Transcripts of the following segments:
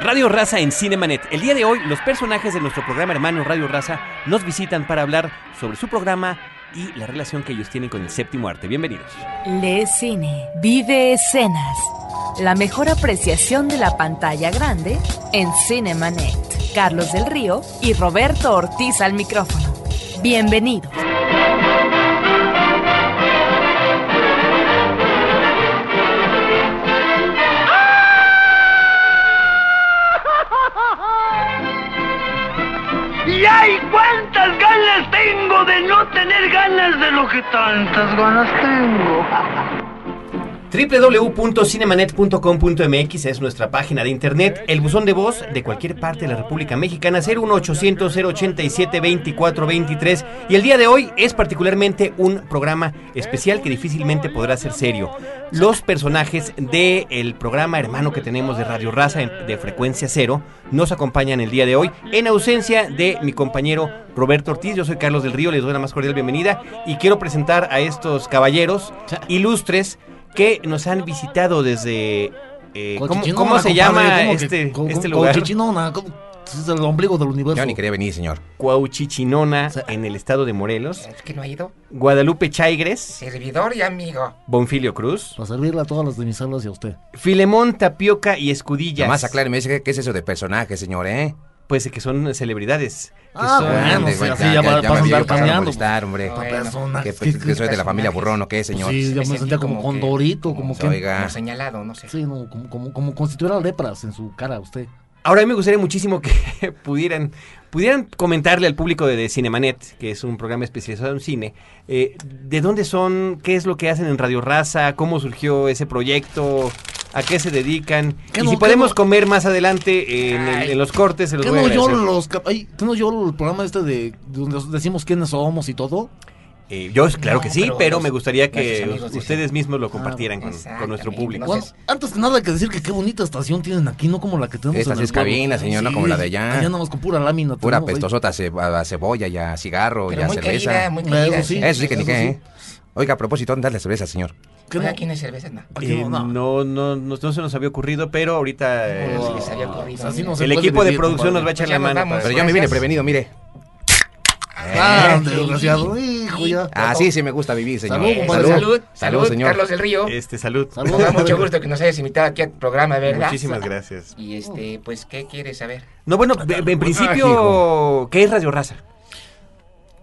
Radio Raza en Cinemanet. El día de hoy, los personajes de nuestro programa hermano Radio Raza nos visitan para hablar sobre su programa y la relación que ellos tienen con el séptimo arte. Bienvenidos. Lee cine, vive escenas. La mejor apreciación de la pantalla grande en Cinemanet. Carlos del Río y Roberto Ortiz al micrófono. Bienvenidos. ¡Y ay, cuántas ganas tengo de no tener ganas de lo que tantas ganas tengo! www.cinemanet.com.mx es nuestra página de internet. El buzón de voz de cualquier parte de la República Mexicana 01800 087 2423 y el día de hoy es particularmente un programa especial que difícilmente podrá ser serio. Los personajes del programa hermano que tenemos de Radio Raza en- de frecuencia cero nos acompañan el día de hoy en ausencia de mi compañero Roberto Ortiz. Yo soy Carlos del Río, les doy la más cordial bienvenida y quiero presentar a estos caballeros ilustres que nos han visitado desde... eh, ¿cómo, Cochinona, cómo se ah, compadre, llama ¿cómo que este, co- este co- lugar? Cochinona, ¿cómo? es el ombligo del universo. Yo ni quería venir, señor. Cuauchichinona, sea, en el estado de Morelos. Es que no ha ido. Guadalupe Chaigres, Servidor y amigo. Bonfilio Cruz, Para servirle a todas las de mis salas y a usted. Filemón Tapioca y Escudillas. Nomás acláreme, ¿qué, qué es eso de personaje, señor, eh? Pues que son celebridades. que Ah, son- bueno, Ande, sí, güey, así ya va- vas a me andar dijeron que empezaron a cambiando, molestar, hombre. Bueno, personas, Que, ¿qué- que qué- soy de la familia personajes? burrón, ¿o qué, señor? sí, yo me sentí sentía como, como que- condorito, como, que... Oiga, Como señalado, no sé. Sí, no, como, como, como constituir lepras en su cara usted. Ahora a mí me gustaría muchísimo que pudieran, pudieran comentarle al público de, de Cinemanet, que es un programa especializado en cine, eh, de dónde son, qué es lo que hacen en Radio Raza, cómo surgió ese proyecto, a qué se dedican. ¿Qué y no- si qué podemos no- comer más adelante en, el- Ay. en los cortes, se los eh. ¿Qué voy a no yo agradecer. los... cap- ay, ¿Qué no yo el programa este de donde decimos quiénes somos y todo? Eh, yo claro que No, sí, pero, pero los- me gustaría nuestros que amigos de ustedes mismos lo compartieran con- con, exactamente, nuestro público. No Bueno, sé. antes que nada hay que decir que qué bonita estación tienen aquí, no como la que tenemos Esta en sí el es cabina, pueblo. señor, no como la de allá. Allá nada más con pura lámina. pura tenemos ahí. pestosota a, ce- a- a cebolla y a cigarro y Pero a muy cerveza. querida, muy Eso querida. sí. Eso sí que ni Eso qué, sí. ¿eh? Oiga, a propósito, ¿dónde está la cerveza, señor? ¿Qué no? Oiga, ¿quién es cerveza? No. Aquí Eh, no, no, no. no, no- no se nos había ocurrido, pero ahorita eh, No, se les había ocurrido, Ah, Así mira. no se el puede equipo de vivir, producción nos va a compadre. echar Pues la ya nos mano. vamos. para- Pero yo me vine gracias. prevenido, mire. Ah, Sí. Ah, desgraciado. Hijo, ya. Así sí me gusta vivir, señor. Salud, Eso, compadre. Eh, salud, Salud, señor. Carlos del Río. Este, salud. Salud. Nos da mucho gusto que nos hayas invitado aquí al programa, ¿verdad? Muchísimas gracias. Y este, pues, ¿qué quieres saber? No, bueno, de- de- en principio, hijo. ¿qué es Radio Raza?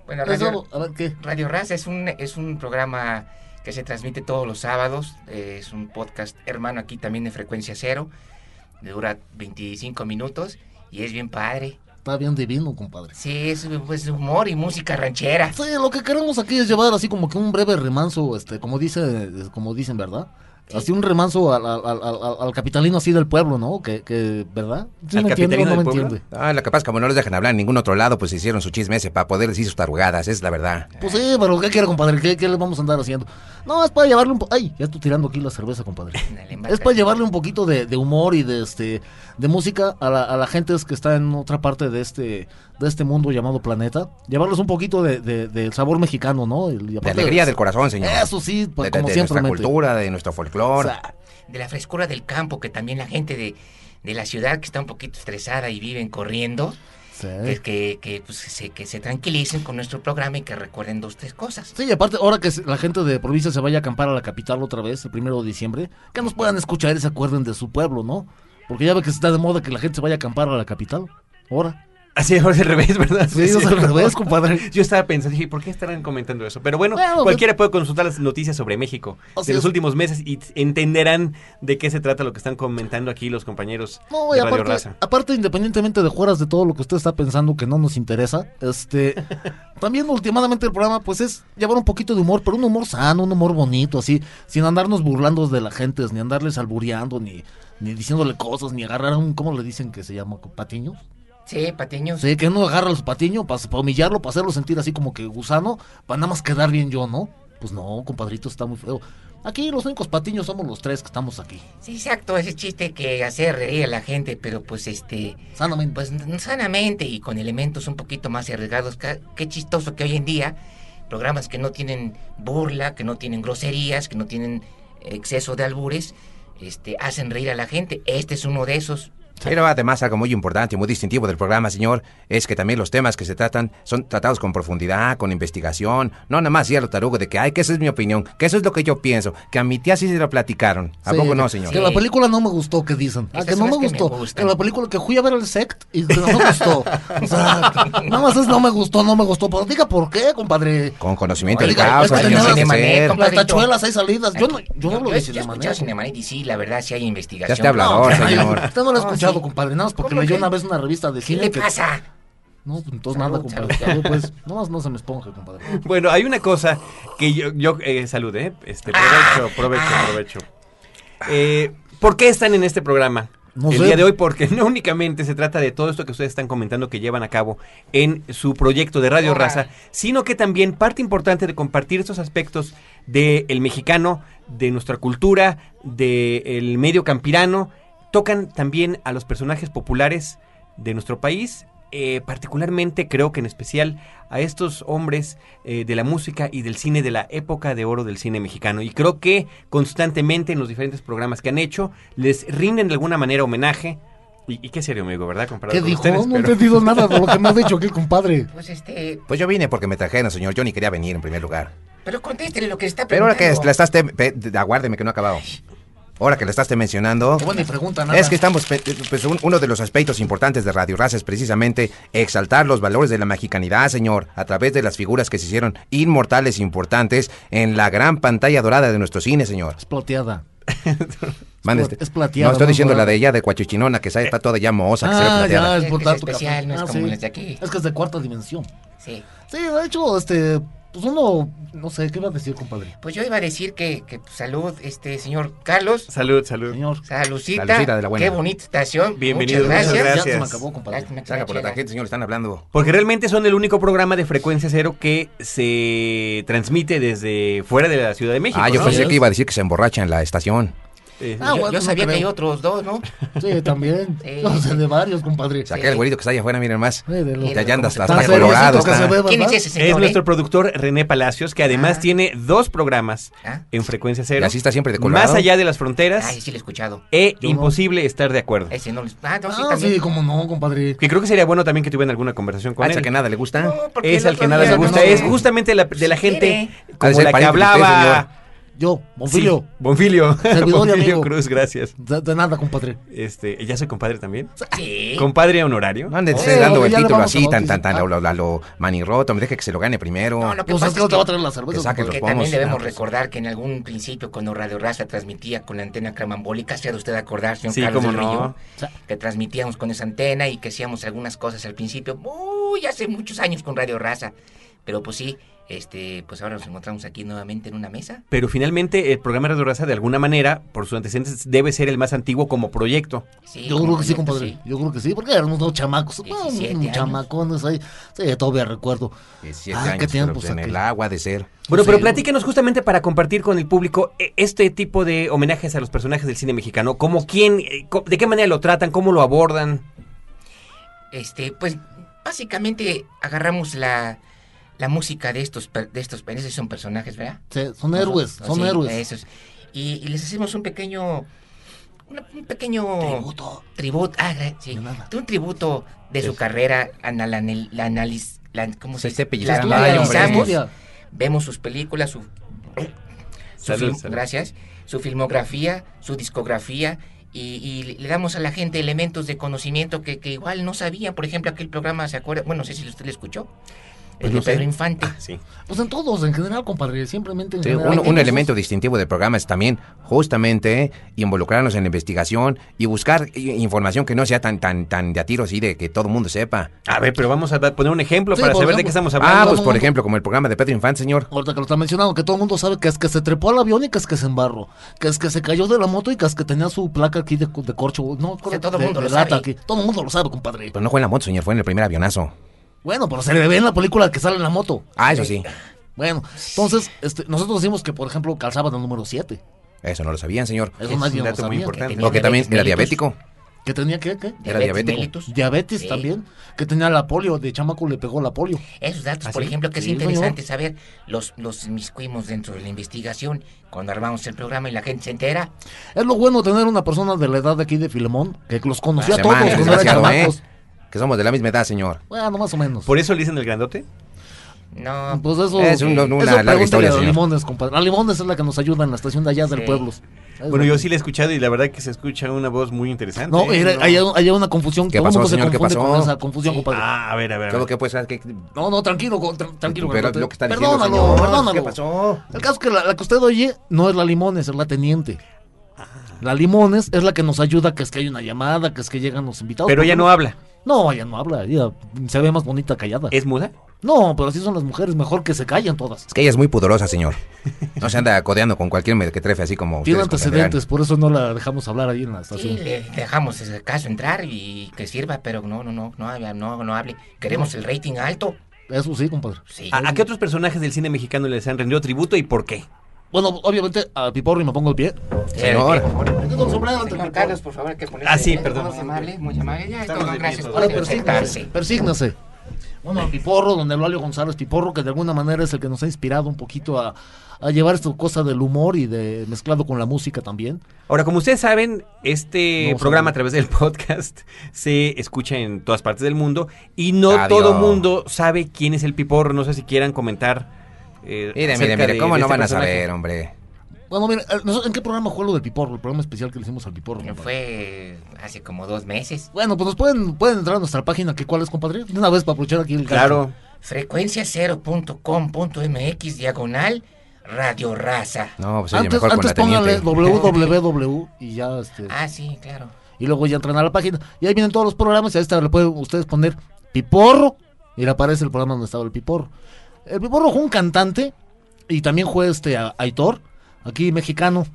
Bueno, Eso, Radio, a ver, ¿qué? Radio Raza es un, es un programa que se transmite todos los sábados. eh, Es un podcast hermano aquí también de frecuencia cero. Dura 25 minutos y es bien padre. Está bien divino, compadre. Sí, es pues, humor y música ranchera. Sí, lo que queremos aquí es llevar así como que un breve remanso, este, como dice, como dicen, ¿verdad? Así un remanso al, al- al- al- al capitalino así del pueblo, ¿no? Que, que ¿verdad? Sí, ¿Al no entiende, capitalino no me del pueblo? entiende. Ah, lo que pasa es que como no les dejan hablar en ningún otro lado, pues hicieron su chisme ese para poder decir sus tarugadas, es la verdad. Pues sí, pero ¿qué quiere, compadre? ¿Qué, qué le vamos a andar haciendo? No, es para llevarle un po... Ay, ya estoy tirando aquí la cerveza, compadre. Ándale, Es embarca. para llevarle un poquito de, de humor y de este de música a la, a la gente que está en otra parte de este de este mundo llamado planeta. Llevarles un poquito de, de- del sabor mexicano, ¿no? Y De aparte- alegría del corazón, señor. pues, Eso sí, pues, De- de- como de siempre. nuestra mente. cultura, de nuestro O folclore. sea, De la frescura del campo, que también la gente de, de la ciudad que está un poquito estresada y viven corriendo, sí. que, que, que, pues, se, que se tranquilicen con nuestro programa y que recuerden dos, tres cosas. Sí, y aparte, ahora que se- la gente de provincia se vaya a acampar a la capital otra vez, el primero de diciembre, que nos puedan escuchar y se acuerden de su pueblo, ¿no? Porque ya ve que está de moda que la gente se vaya a acampar a la capital. Ahora. Así ahora es al revés, ¿verdad? Sí, es es al cierto. revés, compadre. Yo estaba pensando, dije, ¿por qué estarán comentando eso? Pero bueno, Bueno, pues- cualquiera puede consultar las noticias sobre México O de sea, los es- últimos meses y t- entenderán de qué se trata lo que están comentando aquí los compañeros No, y de Radio aparte, Raza. aparte, independientemente de juegas de todo lo que usted está pensando que no nos interesa, este, también últimamente el programa pues es llevar un poquito de humor, pero un humor sano, un humor bonito, así, sin andarnos burlando de la gente, ni andarles albureando, ni, ni diciéndole cosas, ni agarrar un, ¿cómo le dicen que se llama? ¿Patiños? Sí, Patiño. Sí, que uno agarra su patiño para humillarlo, para hacerlo sentir así como que gusano, para nada más quedar bien yo, ¿no? Pues no, compadrito, está muy feo. Aquí los únicos patiños somos los tres que estamos aquí, Sí, exacto, ese chiste que hace reír a la gente, pero pues este, sanamente. pues n- sanamente y con elementos un poquito más arriesgados. Ca- Qué chistoso que hoy en día programas que no tienen burla, que no tienen groserías, que no tienen exceso de albures, este, hacen reír a la gente. Este es uno de esos. Pero además algo muy importante, muy distintivo del programa, señor, es que también los temas que se tratan son tratados con profundidad, con investigación, no nada más ya lo tarugo de que, ay, que esa es mi opinión, que eso es lo que yo pienso, que a mi tía sí se lo platicaron. ¿A Sí, poco no, que- señor? Que la película no me gustó, que dicen. Ah, Esas que no son me las que me gustó. que gustan. la película que fui a ver el sect y que no me gustó. O sea, nada más es no me gustó, no me gustó. Pero diga por qué, compadre. Con conocimiento Oiga, pues, de es que causa, señor, tenemos- tiene que Cinemanet, ser. compa- Las Compadrito. tachuelas, hay salidas. Yo no, yo no hablo de yo he escuchado Cinemanet. Cinemanet y sí, la verdad sí hay investigación. Ya está No, hablador, usted no- señor. Usted no lo ha No, escuchado, sí. compadre. Nada más porque ¿Cómo leyó que? una vez una revista de ¿Qué cine. le que- pasa? No, pues, entonces nada, Salud, compadre. salud. Salud, pues, nada más no se me esponje, compadre. Bueno, hay una cosa que yo, yo eh, salud, ¿eh? Este, provecho, provecho, provecho. Eh, ¿Por qué están en este programa? No el sé. día de hoy, porque no únicamente se trata de todo esto que ustedes están comentando que llevan a cabo en su proyecto de Radio Órale. Raza, sino que también parte importante de compartir estos aspectos del mexicano, de nuestra cultura, del medio campirano, tocan también a los personajes populares de nuestro país. eh, particularmente creo que en especial a estos hombres eh, de la música y del cine de la época de oro del cine mexicano. Y creo que constantemente en los diferentes programas que han hecho les rinden de alguna manera homenaje. Y, y qué serio, amigo, ¿verdad? Comparado ¿Qué con dijo? ustedes, no he pero- entendido nada de lo que me ha dicho aquí, compadre. Pues este, Pues yo vine porque me trajeron, señor. Yo ni quería venir en primer lugar. pero contéstele lo que está Pero ahora preguntando. que la estás... te- pe- Aguárdeme que no he acabado. Ahora que la estás te mencionando... Qué buena pregunta, nada. Es que estamos, pe- pues un- uno de los aspectos importantes de Radio Raza es precisamente exaltar los valores de la mexicanidad, señor, a través de las figuras que se hicieron inmortales e importantes en la gran pantalla dorada de nuestro cine, señor. Es plateada. Mande pla- este- es plateada, No, estoy ¿no? diciendo la Dorada. de ella, de Cuachichinona, que esa está toda ya mohosa, que será Ah, ya, plateada. es Es por que es tanto, especial, no es como Ah, las de aquí. Es que es de cuarta dimensión. Sí. Sí, de hecho, este, pues uno, no sé, ¿qué iba a decir, compadre? Pues yo iba a decir que, que pues, salud, este señor Carlos. Salud, salud. Señor, Salucita. Salucita de la buena. Qué bonita estación. Bienvenido, Muchas muchas gracias. ya se me gracias. acabó, compadre. Lástima que Salga la por la chela. tarjeta, señor, le están hablando. Porque realmente son el único programa de frecuencia cero que se transmite desde fuera de la Ciudad de México. Ah, yo ¿no? pensé es. que iba a decir que se emborracha en la estación. Eh, Ah, yo, bueno, yo no sabía que creo. hay otros dos, ¿no? Sí, también. Sí. No sé, de varios, compadre. Saqué Sí. el güerito que está allá afuera, miren más. Sí, de los- Ya allá andas Tan hasta seriosito colorado. que se está. ve, ¿verdad? ¿Quién es ese señor? es eh? nuestro productor René Palacios, que además Ah. tiene dos programas Ah, en frecuencia Y cero. así está siempre de colorado. Más allá de las fronteras Ay, sí lo he escuchado. e Yo no. imposible estar de acuerdo. Ese no lo... Ah, no, sí, Ah, también. sí, cómo no, compadre. Que creo que sería bueno también que tuvieran alguna conversación con Ah, esa él. que nada le gusta. No, porque Es el al que otro nada día le no gusta. sé. Es justamente la, de la Si gente quiere. Ha de como ser la que pariente de usted, hablaba. Yo, Sí, Bonfilio. Bonfilio. Servidor y Bonfilio amigo. Cruz, gracias. De, de nada, compadre. Este, ya soy compadre también. Sí. Compadre honorario. No andes Eh, dando ya el le título vamos a así, tan, tan, tan, bautizar. lo, lo, lo, lo manirroto. Me deja que se lo gane primero. No, lo que Pues pasa es que no es te va a que... traer las cervezas. Que compadre. saquen los que pomos. también debemos recordar que en algún principio cuando Radio Raza transmitía con la antena clamambólica, se ha de usted acordar, señor Sí, Carlos cómo del Río, no. que transmitíamos con esa antena y que hacíamos algunas cosas al principio, muy hace muchos años con Radio Raza. Pero pues sí, este, pues ahora nos encontramos aquí nuevamente en una mesa. Pero finalmente el programa Radio Raza de alguna manera, por sus antecedentes, debe ser el más antiguo como proyecto. Sí, Yo como creo que sí, proyecto, compadre. Yo creo que sí, porque éramos unos chamacos. Bueno, 17 unos años. chamacones ahí. Sí, todavía recuerdo. 17 Ah, qué Eh, años, pero, tiempos pues, en aquel. el agua de ser. Bueno, Sí. pero platíquenos justamente para compartir con el público eh, este tipo de homenajes a los personajes del cine mexicano. ¿Cómo quién, eh, co- de qué manera lo tratan, cómo lo abordan? Este, pues básicamente agarramos la, la música de estos, per- de estos, esos son personajes, ¿verdad? Sí, son héroes, Nosotros, son sí, héroes. esos. Y, y les hacemos un pequeño. una- un pequeño. Tributo. tributo, ah, gra- sí, De nada. un tributo de su carrera, ana- la, anal- la análisis, la- ¿cómo Se se esté dice? pellizcando. La Ay, hombre. analizamos, Estudia. vemos sus películas, su, su Salud, film- salud. gracias, su filmografía, su discografía. Y, y le damos a la gente elementos de conocimiento que, que igual no sabían. Por ejemplo, aquel programa, ¿se acuerda? Bueno, no sé si usted lo escuchó. Pues El no de sé. Pedro Infante. Ah, Sí. Pues en todos, en general, compadre. Simplemente en Sí, general. un, un Esos- elemento distintivo del programa es también justamente eh, involucrarnos en la investigación y buscar i- información que no sea tan tan tan de a tiro así de que todo el mundo sepa. A ver, pero vamos a da- poner un ejemplo Sí, para por saber de qué ejemplo. estamos Ah, hablando. pues por ejemplo, como el programa de Pedro Infante, señor. Ahorita que lo está mencionando, que todo el mundo sabe que es que se trepó al avión y que es que se embarró, que es que se cayó de la moto y que es que tenía su placa aquí de, de corcho. No, sea, todo de- mundo de lo lata sabe. Aquí. Todo el mundo lo sabe, compadre. Pero Pues no fue en la moto, señor, fue en el primer avionazo. Bueno, pero se le ve en la película que sale en la moto. Ah, eso sí. Bueno, entonces, este, nosotros decimos que, por ejemplo, calzaba el número 7. Eso no lo sabían, señor. Eso Es más un bien lo dato muy sabía, que importante. tenía O que también diabetes era mellitus. diabético. que tenía qué, qué? Era diabético. mellitus. Diabetes Sí. también, que tenía la polio, de chamaco le pegó la polio. Esos datos, ¿Ah, por sí? ejemplo, que es Sí, señor. interesante saber, los, los inmiscuimos dentro de la investigación, cuando armamos el programa y la gente se entera, Es lo bueno tener una persona de la edad de aquí de Filemón, que los conoció a Se todos mames, cuando eran desgraciado, ¿eh? chamacos. Que somos de la misma edad, señor. Bueno, más o menos. Ah, ¿Por eso le dicen el grandote? no, Pues eso Es un- una eso larga pregúntale historia, a señor. Limones, compadre. A Limones es la que nos ayuda en la estación de allá del Sí. pueblo. Bueno, yo sí la he escuchado y la verdad que se escucha una voz muy interesante. No, ¿eh? era, Hay, hay una confusión. ¿Qué todo el pasó, mundo se señor? ¿Qué confunde pasó? con esa confusión, Sí. compadre. Ah, a ver, a ver. a Todo ver. que pues, que- No, no, tranquilo, con- tra- tranquilo. pero compadre. lo que está diciendo, perdónalo, señor. perdónalo. ¿Qué pasó? El caso es que la, la que usted oye no es la Limones, es la Teniente. Ah. La Limones es la que nos ayuda, que es que hay una llamada, que es que llegan los invitados. Pero ella no habla. No, ella no habla, ella se ve más bonita callada. ¿Es muda? No, pero así son las mujeres, mejor que se callan todas. Es que ella es muy pudorosa, señor. No se anda codeando con cualquier mequetrefe así como Tiene ustedes comprenderán. antecedentes, por eso no la dejamos hablar ahí en la estación. pues sí, le dejamos ese caso entrar y que sirva, pero no, no, no, no, hable, no, no Ah, hable, queremos el rating alto, Eso sí, compadre. sí, ¿A, a qué otros personajes del cine mexicano les han rendido tributo y por qué? Bueno, obviamente a Piporri me pongo el pie. Sí, señor. por favor. Tengo el sombrero ante Señor mi- Carlos, por favor, hay que ponerse Ah, sí, de pie, perdón. Muy amable, muy amable. Ya, Estamos de todo, pie gracias todos. por Ahora aceptarse. persígnase, persígnase. Bueno, a Piporro, don Eulario González Piporro, que de alguna manera es el que nos ha inspirado un poquito a, a llevar esta cosa del humor y de mezclado con la música también. Ahora, como ustedes saben, este No, programa sabe. a través del podcast se escucha en todas partes del mundo y no Adiós. todo mundo sabe quién es el piporro. No sé si quieran comentar. eh, Mire, mire, acerca mire, de- ¿cómo de no este van a personaje. saber, hombre? Bueno, mira, eh, nosotros- ¿en qué programa fue lo del Piporro? El programa especial que le hicimos al Piporro. compadre. Fue hace como dos meses. Bueno, pues nos pueden, pueden entrar a nuestra página, que cuál es, compadre. De una vez para aprovechar aquí el gancho. Claro. Frecuencia 0.com.mx diagonal Radio Raza. No, pues oye, Antes, mejor con antes la pónganle teniente. www y ya este, Ah, sí, claro. y luego ya entran a la página y ahí vienen todos los programas y ahí está, le pueden ustedes poner Piporro y le aparece el programa donde estaba el Piporro. El Piporro fue un cantante y también fue este a- Aitor, aquí mexicano.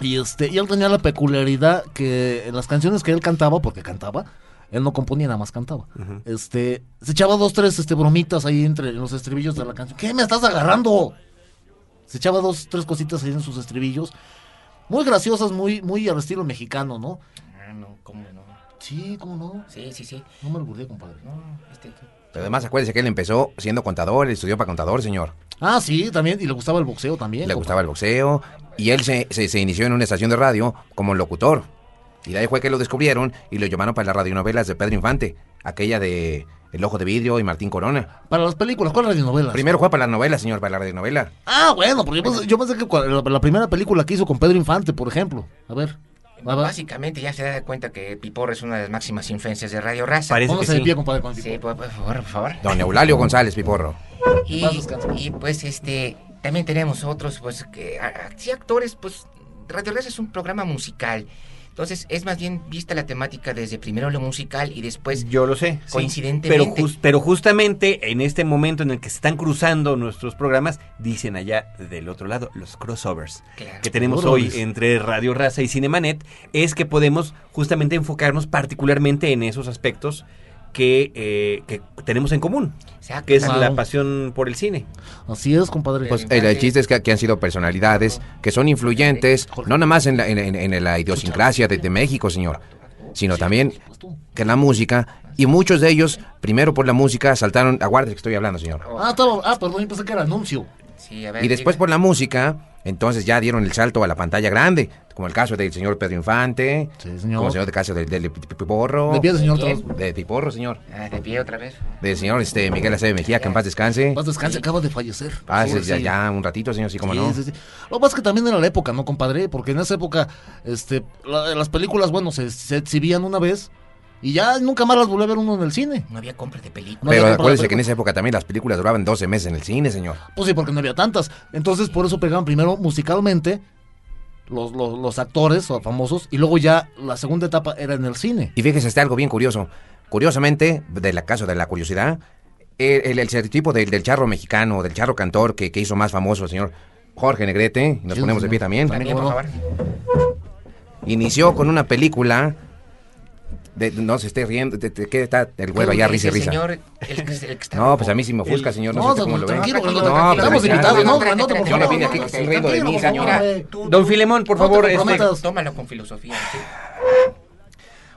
Y este y él tenía la peculiaridad que en las canciones que él cantaba, porque cantaba, él no componía, nada más cantaba. Ujú. Este, se echaba dos tres este bromitas ahí entre los estribillos de la canción. ¿Qué me estás agarrando? Se echaba dos tres cositas ahí en sus estribillos. Muy graciosas, muy muy al estilo mexicano, ¿no? Ah, no, cómo no. Sí, cómo no. Sí, sí, sí. No me lo burlé, compadre. No, este, Pero además acuérdese que él empezó siendo contador, él estudió para contador, señor. Ah, sí, también. Y le gustaba el boxeo también. Le compadre. gustaba el boxeo y él se, se- se inició en una estación de radio como locutor. Y de ahí fue que lo descubrieron y lo llamaron para las radionovelas de Pedro Infante, aquella de El Ojo de Vidrio y Martín Corona. Para las películas, ¿cuál radionovelas? Primero fue para la novela, señor, para la radionovela. Ah, bueno, porque yo pensé, yo pensé que cua- la, la primera película que hizo con Pedro Infante, por ejemplo. A ver. A ver. Básicamente ya se da cuenta que Piporro es una de las máximas influencias de Radio Raza. Parece que Póngase de sí. pie, compadre. con el Sí, tipo. por, por favor, por favor. Don Eulalio González Piporro. Y, Paz descanse. y, pues este, también tenemos otros, pues, que, a- a- sí, actores, pues, Radio Raza es un programa musical. Entonces, es más bien vista la temática desde primero lo musical y después Yo lo sé. sí. Coincidentemente. Pero, jus- pero justamente en este momento en el que se están cruzando nuestros programas, dicen allá del otro lado, los crossovers Claro. que tenemos hoy Crossovers. entre Radio Raza y Cinemanet, es que podemos justamente enfocarnos particularmente en esos aspectos que, eh, que tenemos en común, Exacto. que es Claro. la pasión por el cine. Así es, compadre. Pues el, el chiste es que aquí han sido personalidades que son influyentes, no nada más en la, en, en- en la idiosincrasia de, de México, señor, sino también que la música, y muchos de ellos, primero por la música, saltaron, aguarde que estoy hablando, señor, Ah, estaba, ah, perdón, yo pensé que era anuncio. Sí, a ver, y después diga. por la música, entonces ya dieron el salto a la pantalla grande, como el caso del señor Pedro Infante, Sí, como señor. el señor de caso del, del Piporro, De pie, señor. Bien. todos. de Piporro, señor, Ah, de pie otra vez. del señor este, Miguel Acevedo Mejía, que en paz descanse, Paz descanse, acaba de fallecer. ah, sí, Sí, ya, sí. ya un ratito, señor, sí, como Sí, no, sí, sí. Lo más que también era la época, ¿no, compadre? Porque en esa época, este, la- las películas, bueno, se, se exhibían una vez y ya nunca más las volvió a ver uno en el cine. No había compra de películas. No pero había comprado acuérdense que en películas. esa época también las películas duraban 12 meses en el cine, señor. Pues sí, porque no había tantas. Entonces, por eso pegaban primero musicalmente los, los, los actores o famosos y luego ya la segunda etapa era en el cine. Y fíjese, está algo bien curioso. Curiosamente, de la caso de la curiosidad, el, el, el estereotipo del, del charro mexicano, del charro cantor que, que hizo más famoso el señor Jorge Negrete, y nos Sí, ponemos de señor. pie también, También. También, por no. favor. inició con una película. De, no se esté riendo, de- de- ¿qué está el güero allá, risa y Ese risa? señor, el que, el que está No, pues a mí sí me ofusca, señor, no, No, sé cómo lo ven. tranquilo, tranquilo, no, tranquilo. pues, estamos ya, invitados, no, ya, grandote, por Yo no favor, vine no, aquí, no, que estoy riendo de tranquilo, mí, por favor, señora. güey. Don Filemón, por No te favor, este, comprometas. Tómalo con filosofía. sí.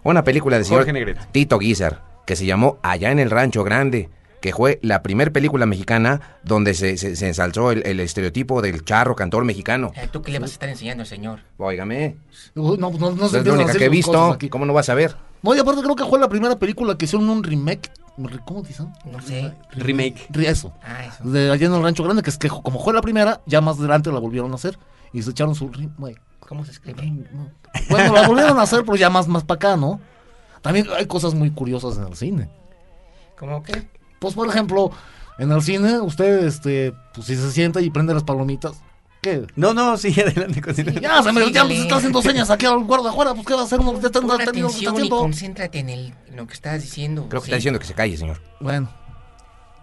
una película del señor Jorge Negrete. Tito Guizar, que se llamó Allá en el Rancho Grande, que fue la primer película mexicana donde se, se- se ensalzó el, el estereotipo del charro cantor mexicano. Eh, ¿Tú qué le vas a estar enseñando al señor? Óigame, Uy, No, pues, no, no se es la empiezan a única hacer que he sus cosas visto. aquí. ¿Cómo no vas a ver? No, y aparte creo que fue la primera película que hicieron un remake. re- ¿Cómo dicen? No sé. Remake. Re- Eso. Ah, eso. De allá en el Rancho Grande, que es que como fue la primera, ya más adelante la volvieron a hacer. Y se echaron su remake. ¿Cómo se escribe? No. Bueno, la volvieron a hacer, pero ya más, más para acá, ¿no? También hay cosas muy curiosas en el cine. ¿Cómo qué? Pues, por ejemplo, en el cine, usted, este, pues si se sienta y prende las palomitas, ¿qué? No, no, sí, adelante. continúa. Ya, se me, ya me Sígale. está haciendo señas aquí al guarda afuera, pues qué va a hacer, no te Pon está atención y haciendo. concéntrate en, el, en lo que estás diciendo. Creo que sí, está diciendo que se calle, señor. Bueno,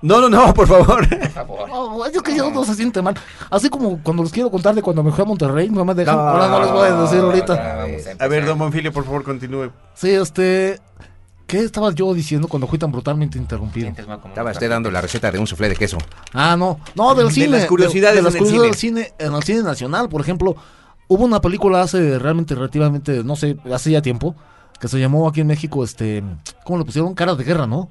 No, no, no, por favor. Por favor. oh, es que ya no se siente mal. Así como cuando les quiero contar de cuando me fui a Monterrey, no me dejan, ahora no les voy a decir ahorita. Ah, vamos a, A ver, empezar. don Bonfilio, por favor, continúe. Sí, este, ¿qué estaba yo diciendo cuando fui tan brutalmente interrumpido? Sientes mal como Estaba nos usted trata. dando la receta de un soufflé de queso. Ah, no. No, del De cine. las curiosidades de, de las en el curiosidades del cine. En el cine nacional, por ejemplo, hubo una película hace realmente, relativamente, no sé, hace ya tiempo, que se llamó aquí en México, este, ¿cómo le pusieron? Cara de guerra, ¿no?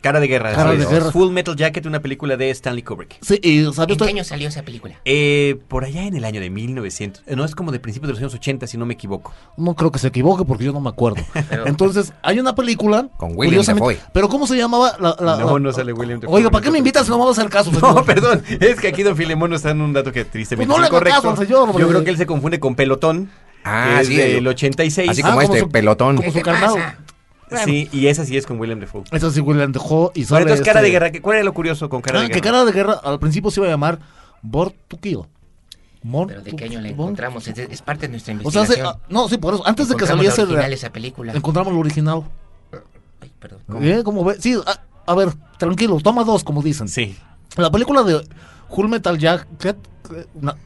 Cara de guerra. Cara así de es. guerra. Full Metal Jacket, una película de Stanley Kubrick. Sí, y sabía ¿En qué usted... año salió esa película? Eh, por allá en el año de 1900. eh, No, es como de principios de los años 80, si no me equivoco. No creo que se equivoque porque yo no me acuerdo. Pero- Entonces, hay una película... Con Willem curiosamente- Dafoe. Pero ¿cómo se llamaba la... la- la- sale William Dafoe. Oiga, ¿para qué me invitas si no me vas a hacer caso? No, señor? perdón, es que aquí don Filemón está en un dato que tristemente Pues no es le haga incorrecto. caso al señor, hombre. Yo creo que él se confunde con Pelotón, Ah, que es sí, del el- 86. Así Ah, como como este su- pelotón. como ¿Qué su te carnal. pasa? Sí, y esa sí es con William Dafoe. Esa sí, William dejó y Bueno, sale... entonces, cara Pues este- de guerra, ¿qué- ¿cuál era lo curioso con cara Ah, de que guerra? cara de guerra al principio se iba a llamar Born to Kill. Born Pero de to- qué año la Born- encontramos. Es, es parte de nuestra O sea, investigación. se- ah, no, sí, por eso. Antes de que Encontramos la saliese la- original esa película. encontramos el original. Ay, perdón. ¿Eh? Como ve- sí, ah, a, ver, tranquilo, toma dos, como dicen. Sí, La película de Full Metal Jacket, eh, na-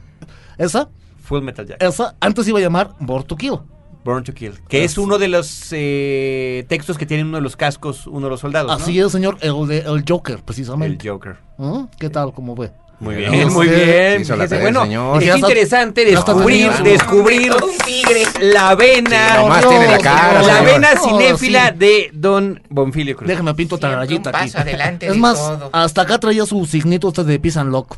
esa, Full Metal Jacket. esa, antes se iba a llamar Born to Kill. Born to Kill, que es uno de los eh, textos que tiene uno de los cascos, uno de los soldados. ¿no? Así es, señor, el de El Joker, El precisamente. Joker. ¿Mm? ¿Qué tal, cómo ve? Muy Bien, bien, muy usted bien. hizo la fíjese. tarea, Bueno, señor. es Ya está- interesante ya está descubrir, terminando. descubrir Un tigre. la Sí, vena, nomás Dios, tiene la cara, no, la señor. vena no, cinéfila sí. de Don Bonfilio Cruz. Déjame pinto otra Siempre un rayita aquí. paso adelante es de más, ah, todo. hasta acá traía su signito este de Peace and Lock.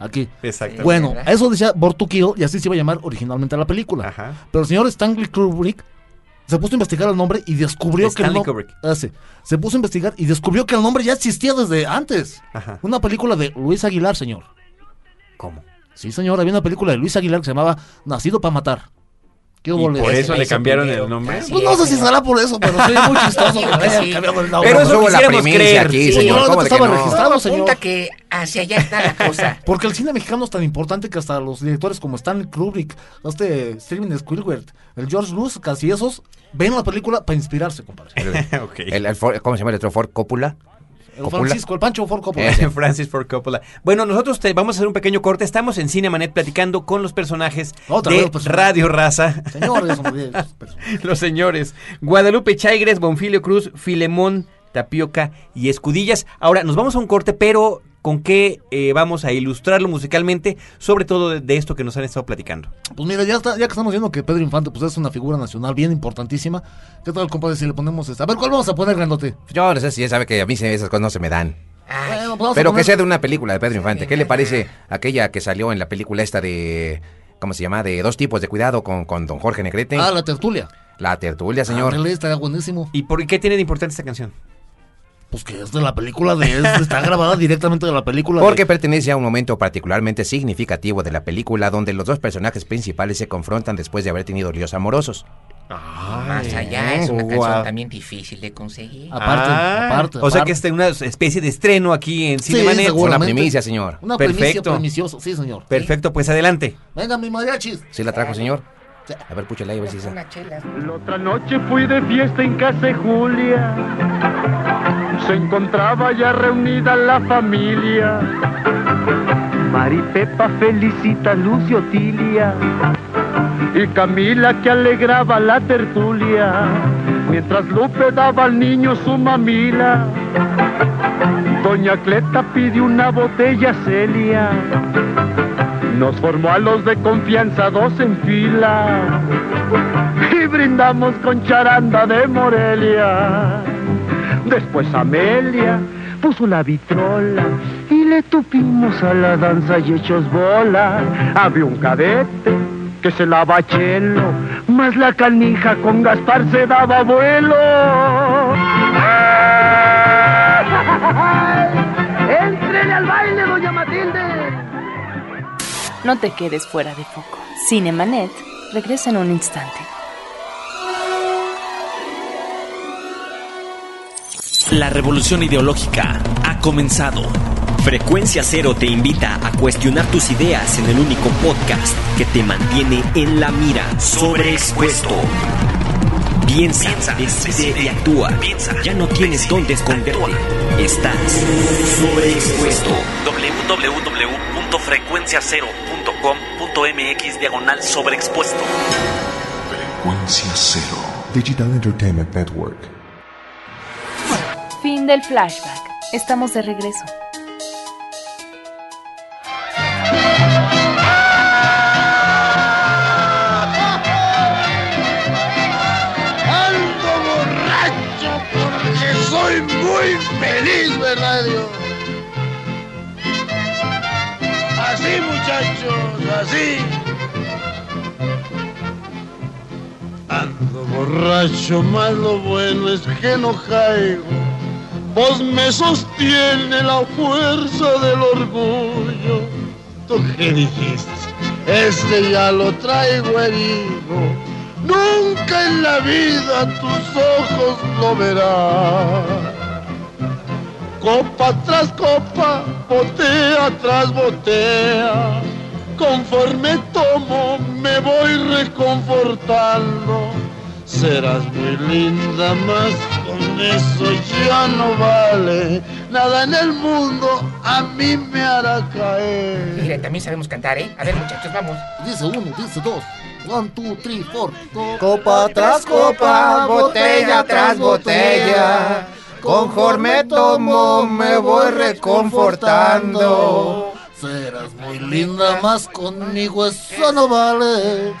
Aquí. Exacto. Bueno, ¿verdad? eso decía Born to Kill y así se iba a llamar originalmente la película. Ajá. Pero el señor Stanley Kubrick se puso a investigar el nombre y descubrió que Stanley el nom- Kubrick. Ah, sí. Se puso a investigar y descubrió que el nombre ya existía desde antes. Ajá. Una película de Luis Aguilar, señor. ¿Cómo? Sí, señor, había una película de Luis Aguilar que se llamaba Nacido para matar. ¿Qué hubo por le- eso Ese le hizo cambiaron primero. el nombre. Así Pues no es, sé si señor. será por eso, pero sí, muy chistoso que le hayan cambiado el nombre. Pero Pero eso eso la quisiéramos primicia creer. aquí, Sí, señor. no, ¿Cómo no de que estaba no? registrado. Todo señor. apunta que hacia allá está la cosa. Porque el cine mexicano es tan importante que hasta los directores como Stanley Kubrick, este Steven Spielberg, el George Lucas y esos ven la película para inspirarse, compadre. ok. El- el Ford- ¿Cómo se llama el otro Ford? Coppola. El Coppola. Francisco, el Pancho Ford Coppola. Eh, Francis Ford Coppola. Bueno, nosotros te- vamos a hacer un pequeño corte. Estamos en Cinemanet platicando con los personajes Otra de vez los pues, personajes. Radio Raza. Señores, hombre, pues, los señores Guadalupe Chaigres, Bonfilio Cruz, Filemón, Tapioca y Escudillas. Ahora nos vamos a un corte, pero con qué eh, vamos a ilustrarlo musicalmente, sobre todo de, de esto que nos han estado platicando. pues mira, ya, está, ya que estamos viendo que Pedro Infante pues, es una figura nacional bien importantísima, ¿qué tal, compadre, si le ponemos esta? A ver, ¿cuál vamos a poner, grandote? Yo no sé si ya sabe que a mí se- esas cosas no se me dan. Bueno, Ay, pues vamos a Pero que poner- sea de una película de Pedro Infante. ¿Qué le parece aquella que salió en la película esta de. ¿Cómo se llama? De dos tipos de cuidado con, con don Jorge Negrete. Ah, la... la tertulia. tertulia, señor. Ándale, está buenísimo. ¿Y por qué tiene de importante esta canción? Pues que es de la película de... es- está grabada directamente de la película de- Porque pertenece a un momento particularmente significativo de la película donde los dos personajes principales se confrontan después de haber tenido líos amorosos. más allá es una guau. canción también difícil de conseguir. Aparte, Ah, aparte, O sea aparte. que es una especie de estreno aquí en Cinemanet. seguro. Fue una Seguramente. primicia, señor. Una primicia Perfecto. perniciosa, sí, señor. Perfecto, pues adelante. Venga, mi mariachis. ¿Sí la trajo, señor? A ver, púchale ahí, a ver si se- Una chela. La otra noche fui de fiesta en casa de Julia. Se encontraba ya reunida la familia. Mari Pepa felicita a Lucio Tilia. Y Camila que alegraba la tertulia. Mientras Lupe daba al niño su mamila. Doña Cleta pidió una botella Celia. Nos formó a los de confianza dos en fila y brindamos. andamos con charanda de Morelia. Después Amelia puso la vitrola y le tupimos a la danza y hechos bola. Había un cadete que se lava chelo, más la canija con Gaspar se daba vuelo. ¡Entrele al baile, doña Matilde! No te quedes fuera de foco. Cinemanet regresa en un instante. La revolución ideológica ha comenzado. Frecuencia Cero te invita a cuestionar tus ideas en el único podcast que te mantiene en la mira, sobreexpuesto. Piensa, decide y actúa. ya no tienes dónde esconderte. Estás sobreexpuesto. www.frecuenciacero.com.mx diagonal sobreexpuesto. Frecuencia cero. Digital Entertainment Network. Fin del flashback. Estamos de regreso. Ando borracho porque soy muy feliz, ¿verdad, Dios? Así, muchachos, así. Ando borracho, más lo bueno es que no caigo. Vos me sostiene la fuerza del orgullo. ¿Tú qué dijiste? Este ya lo traigo herido. Nunca en la vida tus ojos lo verán. Copa tras copa, botea tras botea. Conforme tomo, me voy reconfortando. Serás muy linda, más con eso ya no vale. Nada en el mundo a mí me hará caer. Mira, también sabemos cantar, ¿eh? A ver, muchachos, vamos. Dice uno, dice dos. One, two, three, four. Co- Copa tras copa, botella tras botella. Conforme tomo, me voy reconfortando. Serás muy linda, más conmigo eso no vale.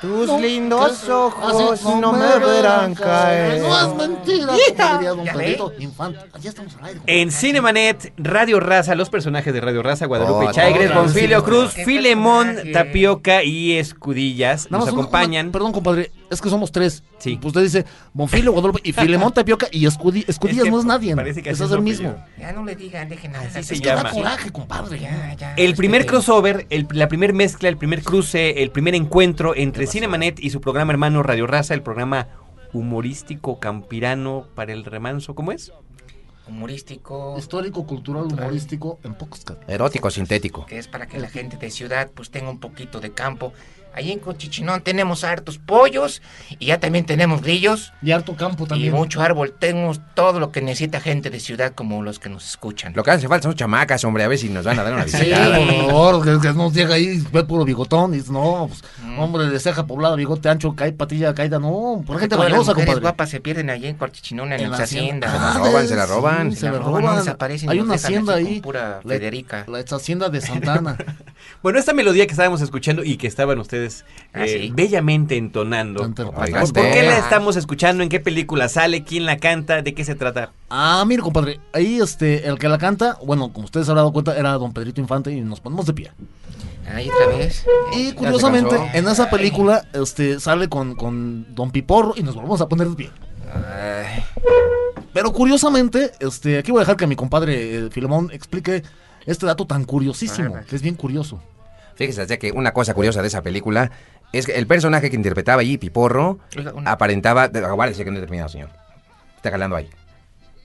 Tus No, lindos que- ojos así no me verán caer. No es mentira, como diría don ¿Ya Pedrito Infante. Allá estamos al aire. En Cinemanet, Radio Raza, los personajes de Radio Raza, Guadalupe Oh, Chaigres, todos. Bonfilio Cruz, Qué Filemón, personajes. Tapioca y Escudillas Nada nos más una- acompañan. una- perdón, compadre, es que somos tres. Pues Sí. Usted dice Bonfilio, Guadalupe y Filemón Tapioca y Escudi- Escudillas que no es nadie. parece que es así hacer el lo mismo. pidieron. Ya no le digan, dejen Así a se Es que llama. da coraje, compadre. ya. Ya, ya, El primer respeten. crossover, el- la primer mezcla, el primer cruce, el primer encuentro entre Cinemanet y su programa hermano Radio Raza, el programa humorístico campirano para el remanso, ¿cómo es? Humorístico, Histórico, cultural, humorístico, en pocos casos. Erótico, sintético. que es para que la gente de ciudad pues tenga un poquito de campo. Ahí en Cochichinón tenemos hartos pollos y ya también tenemos grillos Y harto campo y también. mucho árbol. Tenemos todo lo que necesita gente de ciudad como los que nos escuchan. Lo que hace falta son chamacas, hombre, a ver si nos van a dar una Sí, visita. por favor, que, que no llega ahí y ve puro bigotón. Y dice, no, pues, hombre de ceja poblada, bigote ancho, cae patilla caída. No, por gente Todas las valiosa, mujeres compadre. guapas se pierden allí en Cochichinón en, las haciendas. Ah, la roban, se la roban. sí, Se la roban, no desaparecen, Hay los una dejan hacienda así con ahí. pura la- Federica. La ex hacienda de Santana. Bueno, esta melodía que estábamos escuchando y que estaban ustedes Ah, eh, sí. bellamente entonando. Ante- Oiga ¿Por usted. qué la Ah. estamos escuchando? ¿En qué película sale? ¿Quién la canta? ¿De qué se trata? Ah, mire, compadre, ahí este, el que la canta, bueno, como ustedes se habrán dado cuenta, era don Pedrito Infante y nos ponemos de pie. Ahí otra vez. Y curiosamente, cansó. en esa película, este, sale con, con don Piporro y nos volvemos a poner de pie. Ay, Pero curiosamente, este, aquí voy a dejar que mi compadre eh, Filemón explique este dato tan curiosísimo, que es bien curioso. Fíjese Fíjense que una cosa curiosa de esa película es que el personaje que interpretaba allí, Piporro, oiga, una- Ah, aparentaba. de- Aguárdese que no he terminado, señor. Está jalando ahí.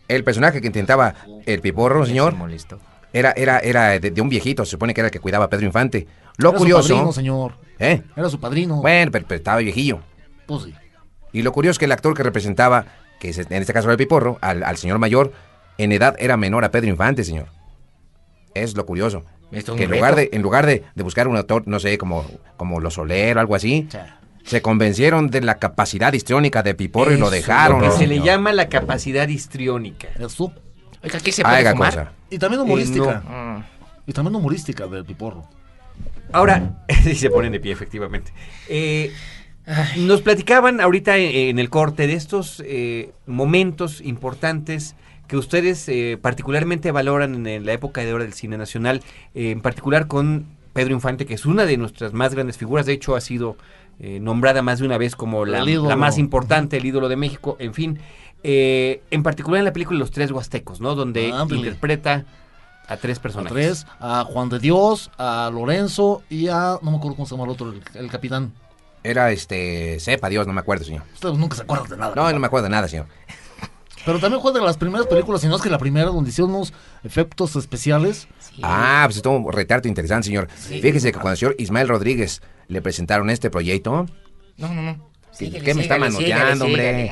El personaje que intentaba el Piporro, señor, Se molestó. era, era, era de, de un viejito, se supone que era el que cuidaba a Pedro Infante. Lo Era su curioso. padrino, señor. ¿eh? Era su padrino. Bueno, pero, pero estaba viejillo. Pues sí. Y lo curioso es que el actor que representaba, que es- en este caso era el Piporro, al, al señor mayor, en edad era menor a Pedro Infante, señor. Es lo curioso. Esto es que un en lugar, de, reto. en lugar de, de buscar un autor, no sé, como, como Lo Soler o algo así, Sí. se convencieron de la capacidad histriónica de Piporro y Eso, lo dejaron. que se señor. le llama la capacidad histriónica. Eso. Oiga, aquí se puede Ah, Haga fumar? cosa. Y también humorística. Mm. Y también humorística del Piporro. Ahora, sí se ponen de pie, efectivamente. Eh, Ay. Nos platicaban ahorita en, en el corte de estos eh, momentos importantes que ustedes eh, particularmente valoran en la época de oro del cine nacional, eh, en particular con Pedro Infante, que es una de nuestras más grandes figuras, de hecho ha sido eh, nombrada más de una vez como la, la más importante, el ídolo de México, en fin, eh, en particular en la película Los Tres Huastecos, ¿no? Donde ah, interpreta a tres personajes. A tres, a Juan de Dios, a Lorenzo y a, no me acuerdo cómo se llama el otro, el, el capitán. Era este, sepa Dios, no me acuerdo, señor. Ustedes nunca se acuerdan de nada. No, no me acuerdo de nada, señor. Pero también fue de las primeras películas, sino es que la primera donde hicieron unos efectos especiales. Sí. Ah, pues esto es un retrato interesante, señor. Sí. Fíjese que cuando el señor Ismael Rodríguez le presentaron este proyecto. No, no, no. Síguele, ¿Qué me está síguele, manoteando, síguele, hombre?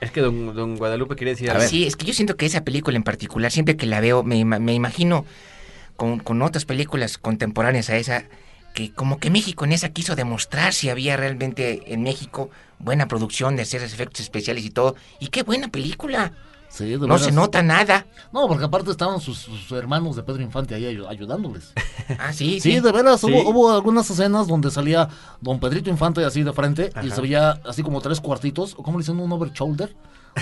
Es que don, don Guadalupe quería decir Ah, Sí, es que yo siento que esa película en particular, siempre que la veo, me, ima- me imagino con, con otras películas contemporáneas a esa, que como que México en esa quiso demostrar si había realmente en México buena producción de hacer efectos especiales y todo. Y qué buena película. Sí, de No veras. se nota nada. No, porque aparte estaban sus, sus hermanos de Pedro Infante ahí ayu- ayudándoles. Ah, sí, Sí, sí. de veras, Sí. Hubo, hubo algunas escenas donde salía don Pedrito Infante así de frente y Ajá. se veía así como tres cuartitos, o como le dicen, un over shoulder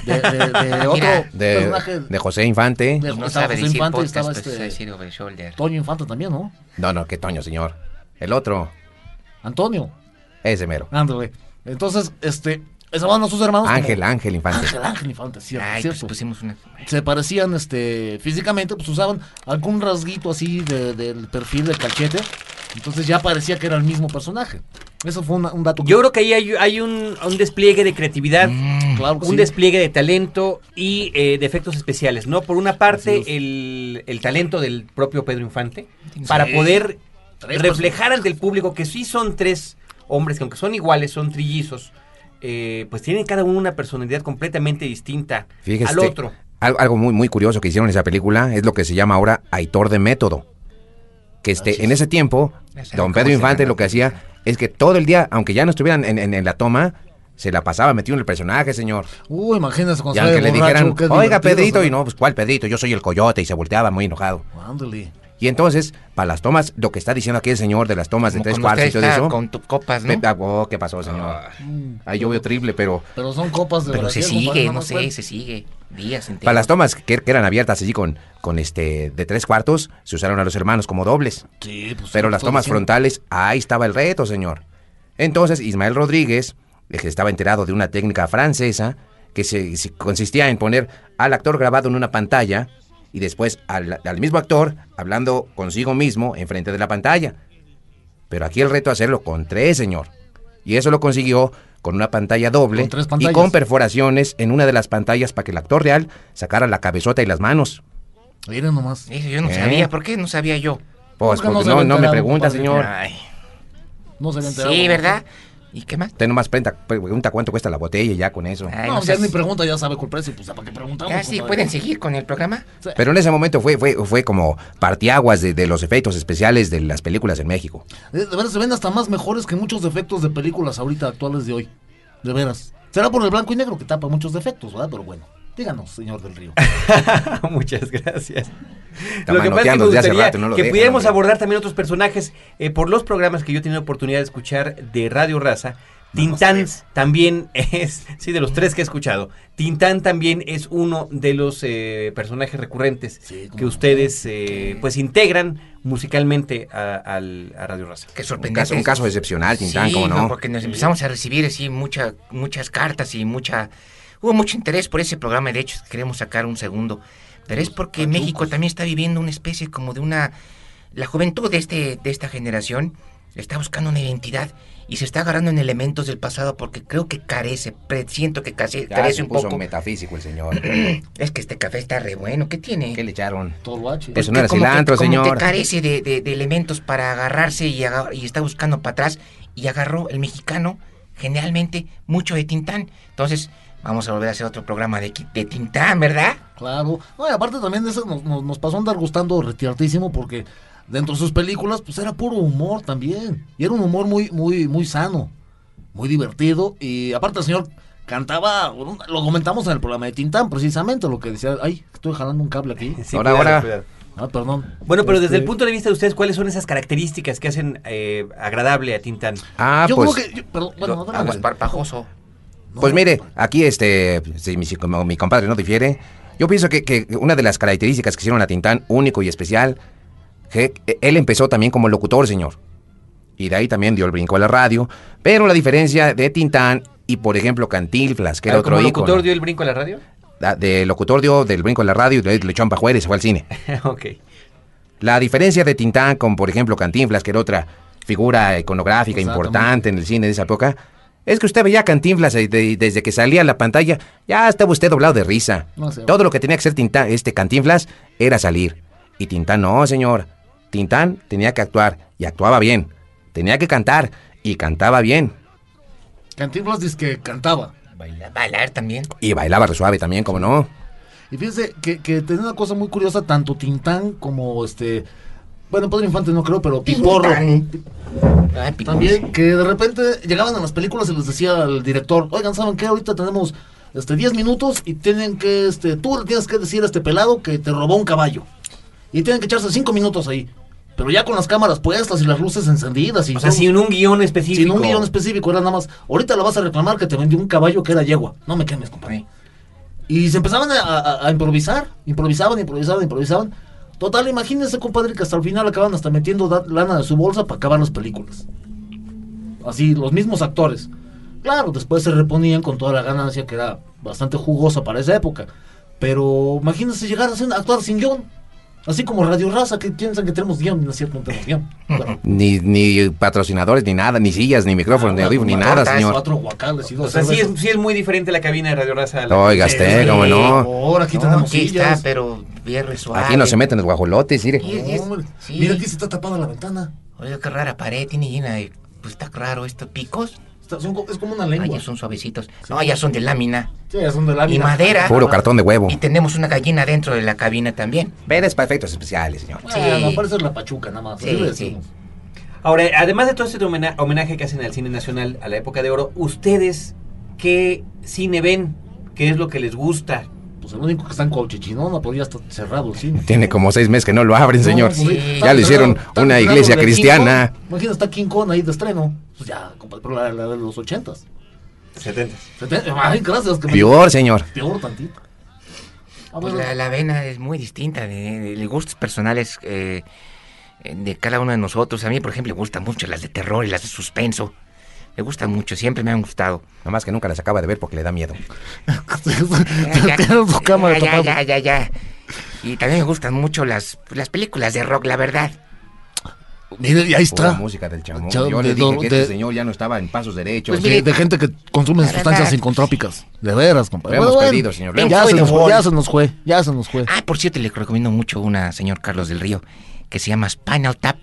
de, de- de otro Mira. De, personaje. de José Infante. de- Pues No estaba sabe José decir Infante y podcast, estaba pues, sabe este decir over shoulder. Toño Infante también, ¿no? No, no, qué Toño, señor. El otro, Antonio. ese mero. Ándale. Entonces, este, estaban a sus hermanos. como- Ángel, Ángel Infante. Ángel, Ángel Infante, cierto, Ay, pues cierto. pusimos una... se parecían este físicamente, pues usaban algún rasguito así de- del perfil del cachete. Entonces ya parecía que era el mismo personaje. Eso fue una- un dato. que- Yo creo que ahí hay, hay un, un despliegue de creatividad. Mm, Mm. claro que un sí. despliegue de talento y eh, de efectos especiales, ¿no? Por una parte, Así es. el, el talento del propio Pedro Infante para poder reflejar al del público que sí son tres hombres que aunque son iguales, son trillizos, eh, pues tienen cada uno una personalidad completamente distinta Fíjese al usted, otro. Algo, algo muy, muy curioso que hicieron en esa película es lo que se llama ahora Aitor de Método. Que Así este, en es. ese tiempo, Ya saben don cómo Pedro se Infante llama. lo que hacía es que todo el día, aunque ya no estuvieran en, en- en la toma, se la pasaba metido en el personaje, señor. Uh, imagínense cuando Y sale aunque le borracho, dijeran, qué oiga, divertido, Pedrito, ¿sabes? y no, pues ¿cuál Pedrito? Yo soy el coyote, y se volteaba muy enojado. Ándale. Y entonces, para las tomas, lo que está diciendo aquí el señor de las tomas de Como tres cuando cuartos y usted todo está eso. con tu copas, ¿no? Pe- ah, oh, ¿Qué pasó, señor? Mm, Ahí yo veo triple, pero Pero son copas de Pero se Brasil, compadre, sigue, nada no pues, más fue- sé, se sigue. Días enteros. para las tomas que, que eran abiertas así con, con este de tres cuartos, se usaron a los hermanos como dobles. Sí, pues, Pero sí, las estoy tomas diciendo. frontales, ahí estaba el reto, señor. Entonces, Ismael Rodríguez, el que estaba enterado de una técnica francesa que se, se consistía en poner al actor grabado en una pantalla y después al, al mismo actor hablando consigo mismo enfrente de la pantalla. Pero aquí el reto es hacerlo con tres, señor. Y eso lo consiguió con una pantalla doble Con tres y pantallas. con perforaciones en una de las pantallas para que el actor real sacara la cabezota y las manos. Miren nomás. Eso yo no ¿Eh? sabía. ¿Por qué no sabía yo? Pues, Nunca porque nos no, había no me enterado, pregunta, compadre. señor. Ay. No se había enterado. Sí, ¿verdad? ¿Y qué más? Usted nomás prenta- pregunta cuánto cuesta la botella y ya con eso. Ah. Ay, No, no ya seas- ni pregunta, ya sabe cuál precio. Pues, ¿para qué preguntamos? Ya sí, compadre? pueden seguir con el programa. Pero en ese momento fue, fue, fue como partiaguas de, de los efectos especiales de las películas en México. Eh, De veras, se ven hasta más mejores que muchos defectos de películas ahorita actuales de hoy. De veras. Será por el blanco y negro que tapa muchos defectos, ¿verdad? Pero bueno, díganos, señor del Río. Muchas gracias. Está lo que pasa es que me manoteando desde hace gustaría rato, no lo que dejan, pudiéramos hombre. abordar también otros personajes eh, por los programas que yo he tenido oportunidad de escuchar de Radio Raza. Tintán también es, sí, de los tres que he escuchado, Tintán también es uno de los eh, personajes recurrentes Sí, cómo que no. ustedes eh, pues integran musicalmente a, al- a Radio Raza. Qué Un sorprendente. caso, un caso excepcional, Tintán, sí, ¿cómo no? no, porque nos empezamos a recibir así mucha, muchas cartas y mucha... Hubo mucho interés por ese programa, y de hecho queremos sacar un segundo. Pero es porque México también está viviendo una especie como de una... La juventud de, este, de esta generación está buscando una identidad y se está agarrando en elementos del pasado porque creo que carece, presiento que case- Ya carece se un puso poco. metafísico el señor. Es que este café está re bueno, ¿qué tiene? ¿Qué le echaron? Todo lo hache. Pues que no era como que- cilantro, como señor. que carece de, de- de elementos para agarrarse y, aga- y está buscando para atrás. Y agarró el mexicano, generalmente, mucho de Tintán. Entonces, vamos a volver a hacer otro programa de, qui- de Tintán, ¿verdad? Claro. No, y aparte también de eso nos, nos, nos pasó a andar gustando retiratísimo porque dentro de sus películas, pues era puro humor también. Y era un humor muy, muy, muy sano, muy divertido. Y aparte el señor cantaba, lo comentamos en el programa de Tintán, precisamente, lo que decía, ay, estoy jalando un cable aquí. Sí, ahora, cuidado, ahora, cuidado. Ah, perdón. Bueno, pero desde Este- el punto de vista de ustedes, ¿cuáles son esas características que hacen eh, agradable a Tintán? Ah, yo pues. creo que. yo- perdón, bueno, no, dale, Aguas dale. parpajoso. Pues mire, aquí este, si mi, si como mi compadre no difiere, yo pienso que, que una de las características que hicieron a Tintán único y especial, que eh, él empezó también como locutor, señor. Y de ahí también dio el brinco a la radio, pero la diferencia de Tintán y, por ejemplo, Cantinflas, que era Ah, ¿Como otro ícono. locutor dio el brinco a la radio? Ah, De locutor dio del brinco a la radio y de ahí lo echó a Juárez, se fue al cine. ok. La diferencia de Tintán con, por ejemplo, Cantinflas, que era otra figura iconográfica Exactamente. importante en el cine de esa época, es que usted veía a Cantinflas eh, de- desde que salía a la pantalla, ya estaba usted doblado de risa. No sé. Todo lo que tenía que hacer Tintán, este Cantinflas era salir. Y Tintán no, señor. Tintán tenía que actuar y actuaba bien. Tenía que cantar y cantaba bien. Cantinflas dice que cantaba. Baila- Bailar también. Y bailaba re suave también, como no. Y fíjense que, que tenía una cosa muy curiosa, tanto Tintán como este. Bueno, Pedro Infante no creo, pero Piporro. Ay, picón. También, que de repente llegaban a las películas y les decía al director, oigan, ¿saben qué? Ahorita tenemos este 10 minutos y tienen que, este, tú le tienes que decir a este pelado que te robó un caballo. Y tienen que echarse 5 minutos ahí. Pero ya con las cámaras puestas y las luces encendidas y O sea, todo. sin un guión específico. Sin un guión específico, era nada más. Ahorita le vas a reclamar que te vendió un caballo que era yegua. No me quemes, compadre. Y se empezaban a, a- a improvisar. Improvisaban, improvisaban, improvisaban. Total, imagínense, compadre, que hasta el final acaban hasta metiendo da- lana de su bolsa para acabar las películas. Así, los mismos actores. Claro, después se reponían con toda la ganancia que era bastante jugosa para esa época. Pero imagínense llegar a, hacer- a actuar sin guión. Así como Radio Raza, que piensan que tenemos guión, no es cierto, no tenemos guión. Claro. Ni, ni patrocinadores, ni nada, ni sillas, ni micrófonos, ni Ahora, audífonos, ni como nada, tortas, señor. Cuatro guacales y dos O sea, sí es, cervezas. sí es muy diferente la cabina de Radio Raza. a la- Oiga, usted, Este, cómo no. Ahora aquí No, tenemos aquí sillas. está, pero bien suave. Aquí no se meten los guajolotes, mire. Sí, sí, Hombre, sí. Mira, aquí se está tapada la ventana. Oiga, qué rara pared, tiene llena de... Pues está raro, estos picos. Está- son co- es como una Ay, lengua. ya son suavecitos. No, ya son de lámina. Sí, son de Y lámina. madera. Puro cartón de huevo. Y tenemos una gallina dentro de la cabina también. Veres para efectos especiales, señor. Ah, no, Sí. parece la pachuca nada más. así Sí, le decimos. Ahora, además de todo este homena- homenaje que hacen al cine nacional a la época de oro, ¿ustedes qué cine ven? ¿Qué es lo que les gusta? Pues el único que está en Coachichinona, pero ya está cerrado el cine. Tiene como seis meses que no lo abren, señor. No, pues, Sí. está Ya le hicieron cerrado, está una cerrado iglesia la de cristiana. King Kong. Imagina, está King Kong ahí de estreno. Pues ya, compadre, pero la, la de los ochentas. 70. Seten- Ay, gracias. Que me- Peor, señor. Peor tantito. A ver, Pues la, la avena es muy distinta, de, de- de gustos personales eh, eh, de cada uno de nosotros. A mí, por ejemplo, me gustan mucho las de terror y las de suspenso. Me gustan mucho, siempre me han gustado. Nomás que nunca las acaba de ver porque le da miedo. te quedas tu cámara ya, tapada. ya, ya, ya. Y también me gustan mucho las, las películas de rock, la verdad. Mire, y ahí Pura está. música del chamón. Chao, Yo de le dije do- que de- este señor ya no estaba en pasos derechos. Ah, Pues Sí, de gente que consume sustancias verdad. psicotrópicas. De veras, compadre. Lo hemos Pero perdido, señor, lo Ya, hemos se perdido. nos fue, ya se nos fue. Ya se nos fue. Ah, por cierto, le recomiendo mucho una, señor Carlos del Río, que se llama Spinal Tap,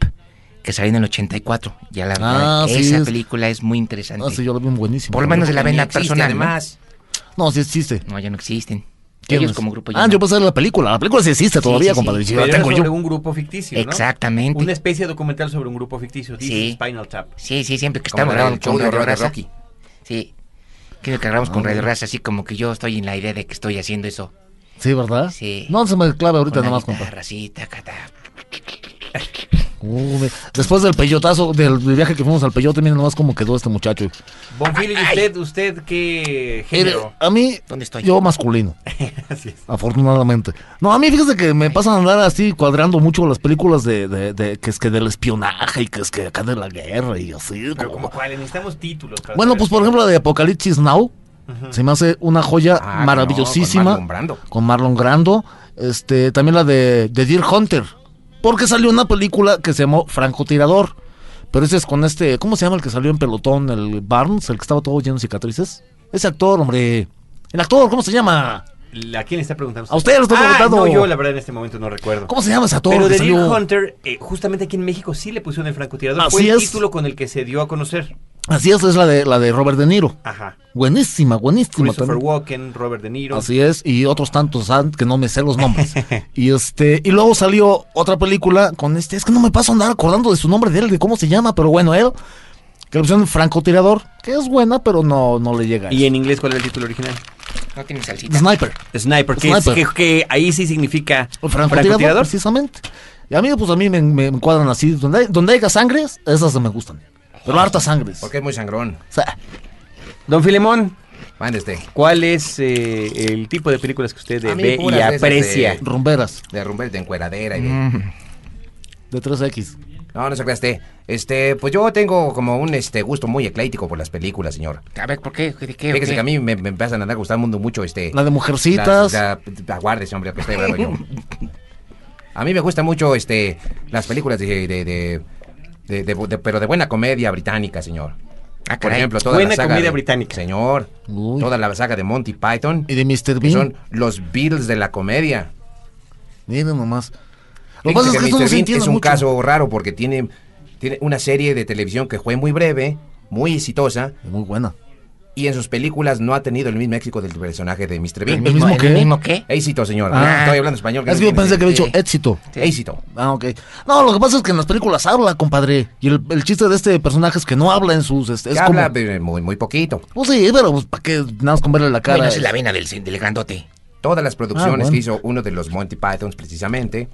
que salió en el 84. Ya la Ah, verdad, sí, esa es- película es muy interesante. Ah, sí, yo lo vi buenísimo. Por lo menos de la Ni vena existe, personal. ¿no? Además, No, sí existe. No, ya no existen. ¿Quién Ellos es? como grupo ya Ah, no. yo pensé en la película. La película sí existe Sí, todavía, sí, compadre. sí. Sí, la Pero tengo sobre yo. un grupo ficticio, ¿no? Exactamente. Una especie de documental sobre un grupo ficticio, dice Sí. Spinal Tap. Sí, sí, siempre que como estamos era el grabando show con de Radio Rock de Raza. Rocky. Ah, Sí. Creo que grabamos con Radio Raza, así como que yo estoy en la idea de que estoy haciendo eso. Sí, ¿verdad? Sí. No se me clave ahorita Con nada la más, compadre. guitarra, sí, taca, taca. Uh, me- Después del peyotazo, del viaje que fuimos al peyote, miren nomás cómo quedó este muchacho. Bonfil, ¿y usted, usted qué Mire, género? a mí, ¿Dónde estoy? yo masculino. Así es. Afortunadamente. No, a mí fíjese que me pasan a andar así cuadrando mucho las películas de, de, de- que es que del espionaje y que es que acá de la guerra y así. Pero como como- cuál, necesitamos títulos. para Bueno, saber. pues por ejemplo la de Apocalipsis Now. Se me hace una joya Ah, cómo no, maravillosísima. con Marlon Brando. con Marlon Grando. Este, también la de, de Deer Hunter. Porque salió una película que se llamó Francotirador. Pero ese es con este. ¿Cómo se llama el que salió en pelotón? El Barnes, el que estaba todo lleno de cicatrices. Ese actor, hombre. El actor, ¿cómo se llama? ¿A quién le está preguntando? A usted le estoy Ah, preguntando. No, yo la verdad en este momento no recuerdo. ¿Cómo se llama ese actor? Pero que de Deer salió? Hunter, eh, justamente aquí en México sí le pusieron el francotirador. Así Fue el es. título con el que se dio a conocer. Así es, es la de, la de Robert De Niro. Ajá. Buenísima, buenísima. Christopher también. Walken, Robert De Niro. Así es, y otros tantos ah, que no me sé los nombres. y este, y luego salió otra película con este, es que no me paso a andar acordando de su nombre de él, de cómo se llama, pero bueno, él, que le pusieron francotirador, que es buena, pero no, no le llega. a ¿Y eso. en inglés cuál era el título original? No tiene salsita. Pues Sniper. Sniper, que, es- Sniper. que- que ahí sí significa Francotirador, francotirador. precisamente. Y a mí, pues a mí me, me- me cuadran así. Donde, hay- donde haya sangres, esas me gustan. Pero hartas sangres. Porque es muy sangrón. O sea, Don Filemón, Mándeste. ¿cuál es eh, el tipo de películas que usted eh, A mí ve y puras de esas aprecia? de- rumberas De rumbe, de encueradera y de... Mm. de 3X. No, no se creaste. Este, pues yo tengo como un este gusto muy ecléctico por las películas, señor. A ver, ¿por qué? ¿De qué? ¿O Fíjese qué? que a mí me, me empiezan a andar gustando mucho este. La de mujercitas. La, la- aguárdese, hombre, pues, que estoy hablando yo. A mí me gusta mucho este las películas de, de, de- de- de- de- pero de buena comedia británica, señor. Ah, Por caray. ejemplo, toda Buena la saga comedia de- británica. Señor, Uy. toda la saga de Monty Python, Y de Mr. que Bean. son los Beatles de la comedia. Miren nomás. Lo que Fíjense pasa es que que esto no Mr. se Bean entiende es un mucho. caso raro porque tiene, tiene una serie de televisión que fue muy breve, muy exitosa, Muy buena. y en sus películas no ha tenido el mismo éxito del personaje de Mr. Bean. ¿El mismo qué? ¿El mismo qué? Éxito, señor. Ah. Estoy hablando español. Es que yo no pensé que había tiene- dicho sí. éxito. Éxito. Ah, ok. No, lo que pasa es que en las películas habla, compadre. Y el, el chiste de este personaje es que no habla en sus. este, es Que como. habla eh, muy, muy poquito. Pues sí, pero pues, ¿para qué nada más con verle la cara? Menos en es- la vena del, del grandote. Todas las producciones Ah, bueno. que hizo uno de los Monty Pythons, precisamente,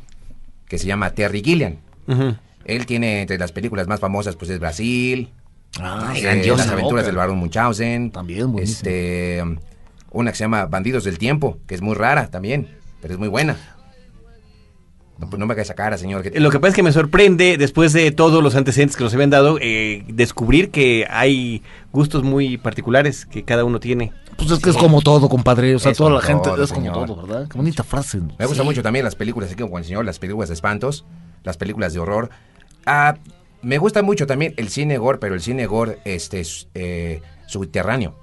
que se llama Terry Gilliam. Ujú. Él tiene entre las películas más famosas, pues es Brasil, Ah, Ay, eh, grandiosa. Las aventuras del barón Munchausen. También, buenísimo. Este, um, una que se llama Bandidos del Tiempo, que es muy rara también, pero es muy buena. No, pues no me haga esa cara, señor. que- Lo que pasa es que me sorprende, después de todos los antecedentes que nos habían dado, eh, descubrir que hay gustos muy particulares que cada uno tiene. Pues es que es como todo, compadre. O sea, Es toda como la gente todo, es como señor. todo, ¿verdad? Qué bonita frase. ¿no? Me gusta mucho también las películas, así como con el señor, las películas de espantos, las películas de horror. Ah, me gusta mucho también el cine gore, pero el cine gore este, s- eh, subterráneo.